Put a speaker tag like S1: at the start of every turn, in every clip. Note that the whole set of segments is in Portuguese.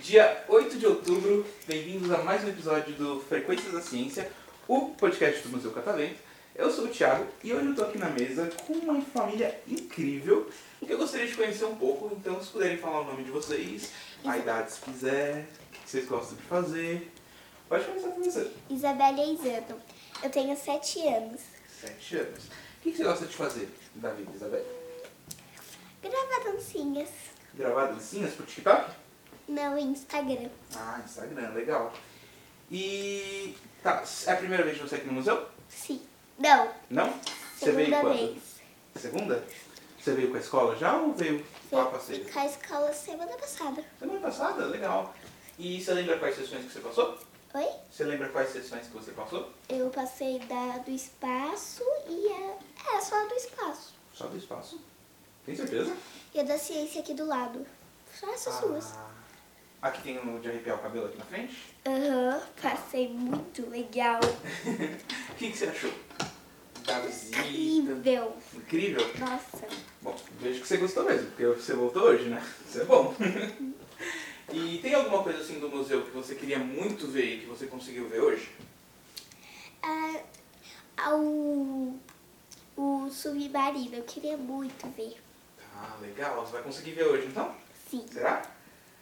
S1: Dia 8 de outubro, bem-vindos a mais um episódio do Frequências da Ciência, o podcast do Museu Catavento. Eu sou o Thiago e hoje eu tô aqui na mesa com uma família incrível que eu gostaria de conhecer um pouco, então se puderem falar o nome de vocês, a idade se quiser, o que vocês gostam de fazer. Pode começar com você.
S2: Isabelle Eisano. Eu tenho 7 anos.
S1: Sete anos. O que você gosta de fazer da vida, Isabel?
S2: Gravar dancinhas
S1: Gravar dancinhas pro TikTok?
S2: no Instagram.
S1: Ah, Instagram, legal. E. Tá, é a primeira vez que você aqui no museu?
S2: Sim. Não,
S1: Não? Você veio
S2: segunda
S1: quando?
S2: vez.
S1: Segunda? Você veio com a escola já ou veio lá passeio?
S2: Com a escola semana passada.
S1: Semana passada? Legal. E você lembra quais sessões que você passou?
S2: Oi?
S1: Você lembra quais sessões que você passou?
S2: Eu passei da do espaço e a... É, só a do espaço.
S1: Só do espaço. Tem certeza?
S2: E a da ciência aqui do lado. Só essas duas.
S1: Ah, aqui tem um de arrepiar o cabelo aqui na frente.
S2: Aham, passei muito legal.
S1: O que, que você achou? Da visita.
S2: Incrível.
S1: Incrível.
S2: Nossa.
S1: Bom, vejo que você gostou mesmo, porque você voltou hoje, né? Isso é bom. e tem alguma coisa assim do museu que você queria muito ver e que você conseguiu ver hoje?
S2: Ah, ah, o, o submarino, eu queria muito ver.
S1: Tá, legal. Você vai conseguir ver hoje então?
S2: Sim,
S1: Será?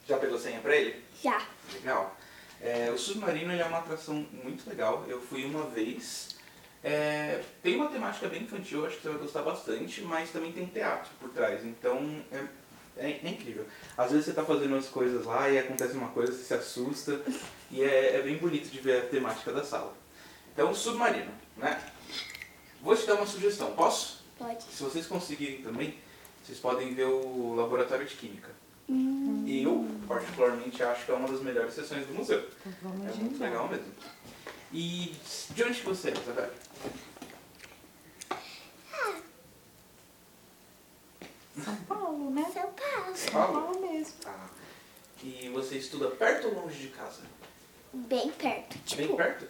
S1: Já pegou senha pra ele?
S2: já.
S1: Legal. É, o submarino ele é uma atração muito legal. Eu fui uma vez. É, tem uma temática bem infantil, acho que você vai gostar bastante, mas também tem teatro por trás, então é, é- é incrível. Às vezes você tá fazendo umas coisas lá e acontece uma coisa, você se assusta, e é, é bem bonito de ver a temática da sala. Então, submarino, né? Vou te dar uma sugestão, posso?
S2: Pode.
S1: Se vocês conseguirem também, vocês podem ver o laboratório de química.
S2: Hum,
S1: E eu, particularmente, acho que é uma das melhores sessões do museu.
S3: Vamos
S1: É muito legal mesmo. E de onde que você é, Isabel?
S3: São Paulo, né?
S2: São Paulo.
S1: São
S3: São
S1: Paulo?
S3: Paulo mesmo.
S1: Ah. E você estuda perto ou longe de casa?
S2: Bem perto.
S1: Bem
S2: Tipo,
S1: perto?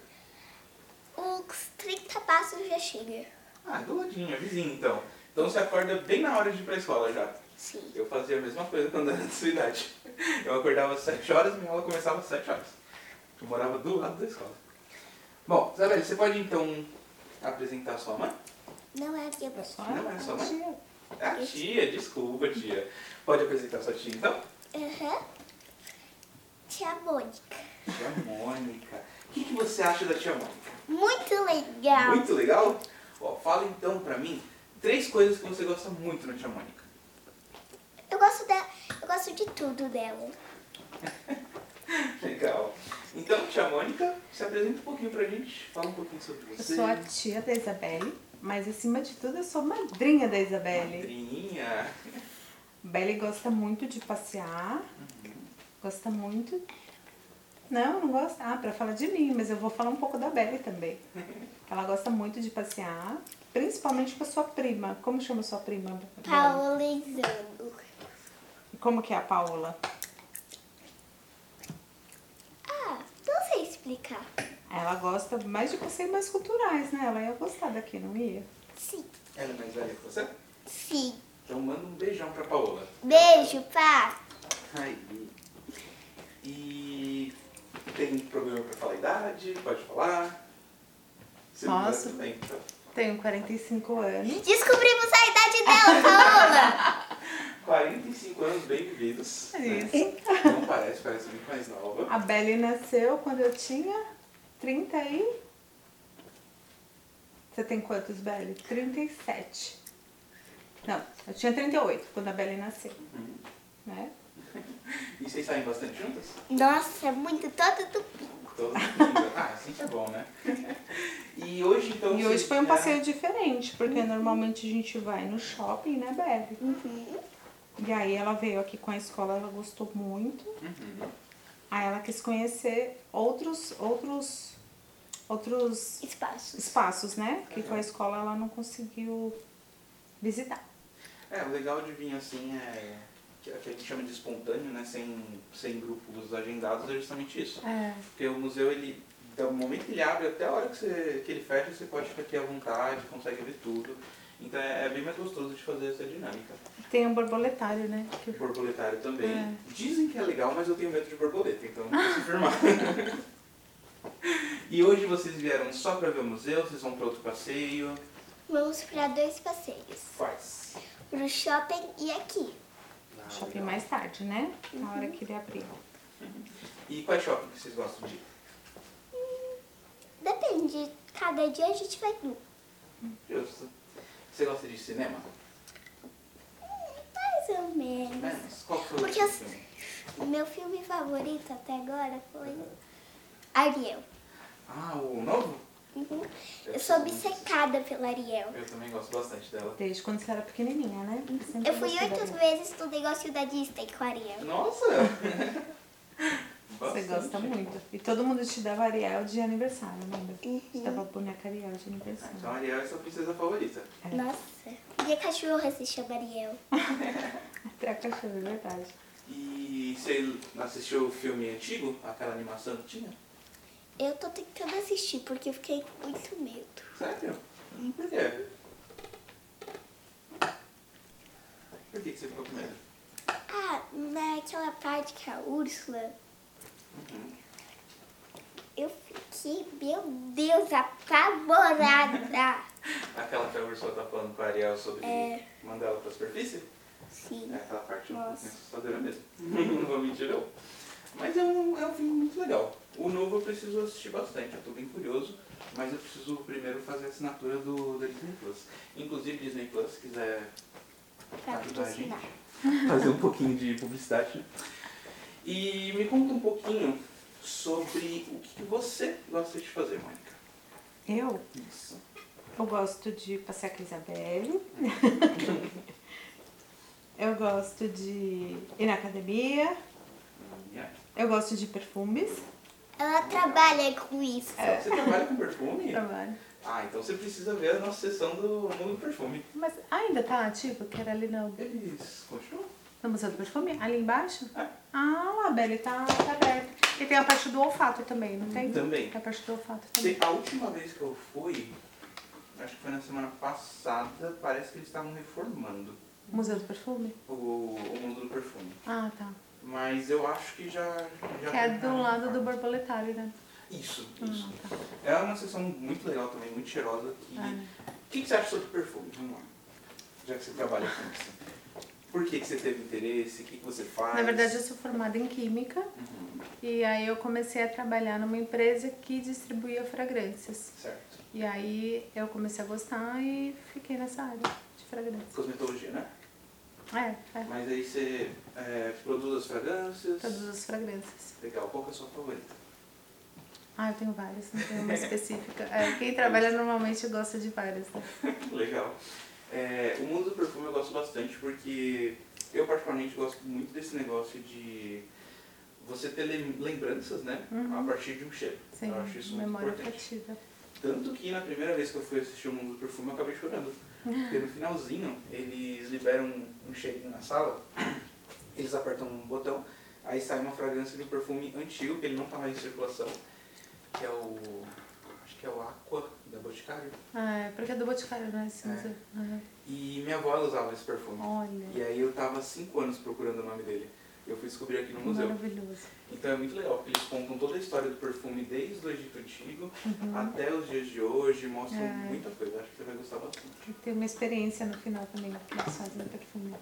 S2: uns 30 passos já chega.
S1: Ah, do ladinho, é vizinho então. Então você acorda bem na hora de ir pra escola já.
S2: Sim.
S1: Eu fazia a mesma coisa quando era da sua idade. Eu acordava às 7 horas, minha aula começava às 7 horas. Eu morava do lado da escola. Bom, Isabel, você pode então apresentar sua mãe?
S2: Não é minha
S3: É
S2: mãe.
S3: só
S1: Não, é só uma-
S3: tia.
S1: A tia, desculpa, tia. Pode apresentar sua tia então?
S2: Aham. Tia Mônica.
S1: Tia Mônica. O que, que você acha da tia Mônica?
S2: Muito legal.
S1: Muito legal? Ó, fala então pra mim três coisas que você gosta muito na tia Mônica.
S2: Eu gosto da. Eu gosto de tudo dela.
S1: Legal. Então, tia Mônica, se apresenta um pouquinho pra gente, fala um pouquinho sobre
S3: Eu
S1: você.
S3: sou a tia da Isabelle, mas acima de tudo eu sou madrinha da Isabelle.
S1: Madrinha.
S3: A Belle gosta muito de passear,
S1: Uhum.
S3: gosta muito. Não, não gosta. Ah, pra falar de mim, mas eu vou falar um pouco da Belle também. Ela gosta muito de passear, principalmente com a sua prima. Como chama sua prima? Belle?
S2: Paola Leisano.
S3: Como que é a Paola?
S2: Ah, não sei explicar.
S3: Ela gosta mais de passeios mais culturais, né? Ela ia gostar daqui, não ia?
S2: Sim.
S1: Ela é mais velha que você?
S2: Sim.
S1: Então manda um beijão pra Paola.
S2: Beijo, pá.
S1: Ai. E tem problema pra falar a idade? Pode falar? Se não der,
S3: Posso.
S1: tudo bem, então.
S3: Tenho 45 anos.
S2: Descobrimos a idade dela, Paola!
S1: 45 anos bem vividos. né?
S3: É Isso.
S1: Não parece, parece muito mais nova.
S3: A Belle nasceu quando eu tinha 30 e. Você tem quantos, Belle? 37. Não, eu tinha 38 quando a Belle nasceu,
S1: Uhum.
S3: né?
S1: E vocês saem bastante juntas?
S2: Nossa, muito todo do
S1: Todas juntas. Ah, assim que é bom, né? E hoje então. Uhum.
S3: E
S1: vocês
S3: hoje foi um
S1: já-
S3: passeio diferente, porque normalmente a gente vai no shopping, né, Belle?
S2: uhum.
S3: E aí ela veio aqui com a escola, ela gostou muito.
S1: Uhum.
S3: Aí ela quis conhecer outros, outros, outros
S2: espaço.
S3: espaços, né? Que
S1: Uhum.
S3: com a escola ela não conseguiu visitar.
S1: É, o legal de vir assim é. que que a gente chama de espontâneo, né? Sem, sem grupos agendados, é justamente isso.
S3: É.
S1: Porque o museu ele dá Então, o momento que ele abre até a hora que, você, que ele fecha, você pode ficar aqui à vontade, consegue ver tudo. Então, é, é bem mais gostoso de fazer essa dinâmica.
S3: Tem um borboletário, né?
S1: O
S3: Que-
S1: borboletário também.
S3: É.
S1: Dizem que é legal, mas eu tenho medo de borboleta, então não posso afirmar. e hoje vocês vieram só pra ver o museu, vocês vão pra outro passeio.
S2: Vamos para dois passeios.
S1: Quais?
S2: Pro shopping e aqui.
S3: Shopping mais tarde, né? Na
S2: Uhum.
S3: hora que ele abrir.
S1: Ah, E quais shopping que vocês gostam de ir?
S2: Depende, cada dia a gente vai num.
S1: Justo. Você gosta de cinema?
S2: Mais ou menos.
S1: Menos. Qual foi o
S2: Porque
S1: último
S2: as-
S1: filme?
S2: Meu filme favorito até agora foi Ariel.
S1: Ah, o novo?
S2: Uhum. Eu sou obcecada pela Ariel.
S1: Eu também gosto bastante dela.
S3: Desde quando você era pequenininha, né? Sempre
S2: Eu fui
S3: gostei da
S2: oito
S3: Ariel.
S2: vezes no negócio da Disney com a Ariel.
S1: Nossa!
S3: Você
S1: Bastante.
S3: gosta muito. E todo mundo te dava Ariel de aniversário, lembra? Te
S2: Uhum.
S3: dava boneca Ariel de
S1: Ah,
S3: aniversário.
S1: Então a Ariel é sua princesa favorita.
S3: É.
S2: Nossa, minha cachorra se chama Ariel.
S3: Até a cachorra, é verdade.
S1: E você assistiu o filme antigo? Aquela animação que tinha?
S2: Eu tô tentando assistir porque eu fiquei com muito medo.
S1: Sério? Hum, Por quê? Por que, que você ficou com medo?
S2: Ah, naquela parte que a Úrsula, eu fiquei, meu Deus, apavorada.
S1: Aquela que a Ursula tá falando com a Ariel sobre
S2: É.
S1: mandar ela pra superfície?
S2: Sim.
S1: É aquela parte um
S2: Nossa.
S1: pouquinho assustadora mesmo. não vou mentir não. Mas é um, é um filme muito legal. O novo eu preciso assistir bastante, eu tô bem curioso, mas eu preciso primeiro fazer a assinatura do da Disney Plus. Inclusive Disney Plus, se quiser
S2: Pra
S1: ajudar a Tá, gente,
S2: patrocinar.
S1: fazer um pouquinho de publicidade. né? E me conta um pouquinho sobre o que você gosta de fazer, Mônica.
S3: Eu?
S1: Isso.
S3: Eu gosto de passear com a Isabelle. eu gosto de ir na academia.
S1: Yeah.
S3: Eu gosto de perfumes.
S2: Ela trabalha com isso.
S1: Você trabalha com perfume?
S3: Trabalho.
S1: Ah, então você precisa ver a nossa sessão do mundo do perfume.
S3: Mas ainda tá ativo? Que era ali no,
S1: Eles continuam?
S3: no Museu do Perfume? Ali embaixo?
S1: É.
S3: Ah, lá, Belle, tá, tá aberto. E tem a parte do olfato também, não tem?
S1: Também.
S3: Tem a parte do olfato também.
S1: Se- A última vez que eu fui, acho que foi na semana passada, parece que eles estavam reformando
S3: Museu do Perfume?
S1: o, o mundo do perfume.
S3: Ah, tá.
S1: Mas eu acho que já. já Ah, tá.
S3: Que é do lado do borboletário, né?
S1: Isso, isso.
S3: Ah, tá.
S1: É uma sessão muito legal também, muito cheirosa. E
S3: Ah.
S1: o que, que você acha sobre perfume? Vamos lá. Já que você trabalha com isso. Por que, que você teve interesse? O que, que você faz?
S3: Na verdade, eu sou formada em Química.
S1: Uhum,
S3: E aí eu comecei a trabalhar numa empresa que distribuía fragrâncias.
S1: certo.
S3: E aí eu comecei a gostar e fiquei nessa área de fragrância.
S1: Cosmetologia, né?
S3: É, é.
S1: Mas aí você é, produz as fragrâncias.
S3: Todas as fragrâncias.
S1: Legal. Qual que é a sua favorita?
S3: Ah, eu tenho várias, não tenho uma específica. É, quem trabalha normalmente gosta de várias, né?
S1: Legal. É, o mundo do perfume eu gosto bastante porque eu particularmente gosto muito desse negócio de você ter lem- lembranças, né? A partir de um cheiro.
S3: Sim,
S1: eu acho isso muito
S3: memória
S1: importante.
S3: afetiva.
S1: Tanto que na primeira vez que eu fui assistir o Mundo do Perfume eu acabei chorando. Porque no finalzinho eles liberam um cheirinho na sala, eles apertam um botão, aí sai uma fragrância de um perfume antigo, que ele não tá mais em circulação, que é o. acho que é o Aqua da Boticário.
S3: Ah, é, porque é do Boticário, né? Esse
S1: É.
S3: museu. Aham.
S1: E minha avó ela usava esse perfume.
S3: Olha,
S1: E é aí eu tava há 5 anos procurando o nome dele. Eu fui descobrir aqui no museu.
S3: maravilhoso.
S1: Então é muito legal, porque eles contam toda a história do perfume desde o Egito Antigo
S3: Uhum.
S1: até os dias de hoje, mostram
S3: Hum. É.
S1: muita coisa. Acho que você vai gostar bastante.
S3: Tem que ter uma experiência no final também, que eles fazem no perfume.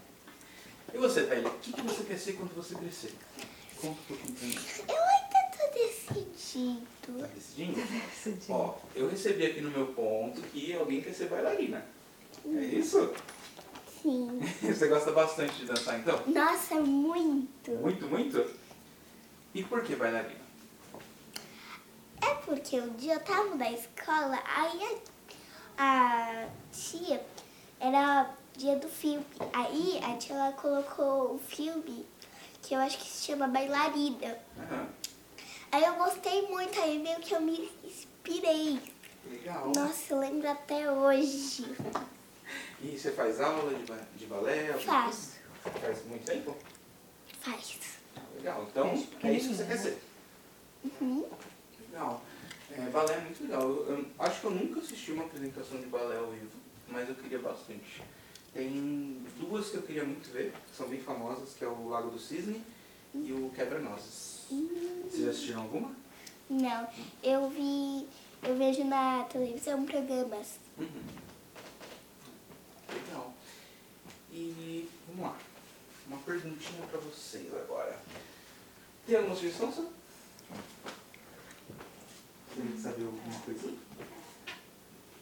S1: E você, Thaíla, o que, que você quer ser quando você crescer? Conta um pouquinho pra mim.
S2: Eu ainda tô decidindo.
S1: Tá decidindo?
S3: Esse dia.
S1: Ó, eu recebi aqui no meu ponto que alguém quer ser bailarina. É isso?
S2: Sim.
S1: Você gosta bastante de dançar, então?
S2: assim. Nossa, muito.
S1: Muito, muito? E por que bailarina?
S2: É porque um dia eu tava na escola, aí a, a tia era dia do filme. Aí a tia ela colocou um filme que eu acho que se chama Bailarina.
S1: Aham.
S2: Aí eu gostei muito, aí meio que eu me inspirei.
S1: Legal.
S2: Nossa, eu lembro até hoje.
S1: E você faz aula de, ba- de balé? alguma
S2: Faço,
S1: coisa? Faz muito tempo?
S2: faz.
S1: Legal. Então,
S3: Desde
S1: é isso que você
S3: pequenininha,
S1: quer
S3: né?
S1: ser.
S2: Uhum.
S1: Legal. É, É, balé é muito legal. Eu, eu acho que eu nunca assisti uma apresentação de balé ao vivo, mas eu queria bastante. Tem duas que eu queria muito ver, que são bem famosas, que é o Lago do Cisne e o Quebra-Nozes. Vocês já assistiram alguma?
S2: Não, eu vi. Eu vejo na televisão programas.
S1: Uhum. Legal. E vamos lá. Uma perguntinha pra vocês agora. Tem alguma sugestão, Sam? Tem que saber alguma coisa?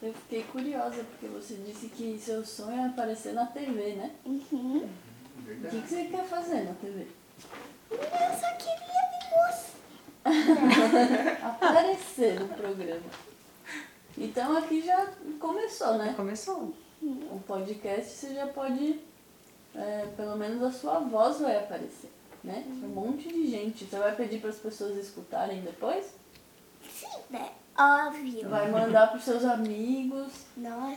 S4: Eu fiquei curiosa, porque você disse que seu sonho é aparecer na TV, né?
S2: Uhum.
S1: É
S4: O que, que você quer fazer na TV?
S2: Eu só queria me mostrar.
S4: Aparecer no programa. Então aqui já começou, né?
S3: Começou.
S4: O podcast você já pode. é, pelo menos a sua voz vai aparecer, né? Um monte de gente. Você vai pedir para as pessoas escutarem depois?
S2: Sim, né? Óbvio.
S4: Vai mandar para seus amigos.
S2: Nossa.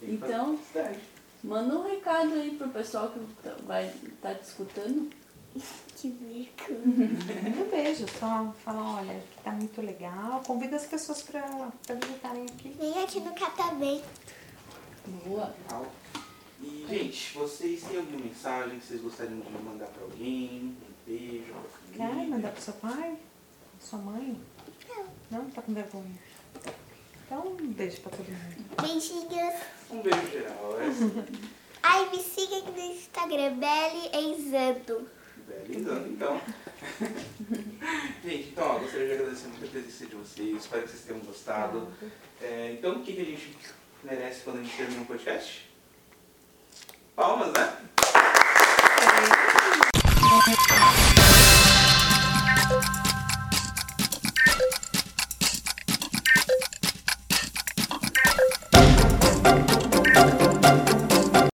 S1: Tem que fazer
S4: Então-
S1: publicidade.
S4: Manda um recado aí pro pessoal que tá- vai estar te escutando.
S2: Que bico.
S3: Um beijo, só falar, olha, que tá muito legal. Convida as pessoas pra, pra visitarem aqui.
S2: Vem aqui no Catabem.
S4: Boa.
S1: Legal. E, gente, vocês têm alguma mensagem que vocês gostariam de mandar pra alguém? Um beijo, uma
S3: Quer
S1: família?
S3: mandar pro seu pai? Sua mãe? Não. Não? Tá com vergonha. Então, um beijo pra todo mundo.
S2: Beijinhos.
S1: Um beijo geral, é.
S2: Ai, me siga aqui no Instagram, Belle Enzando.
S1: Beleza, então. gente, então, ó, gostaria de agradecer muito a presença de vocês. Espero que vocês tenham gostado. É, então, o que, que a gente merece quando a gente termina um podcast? Palmas, né?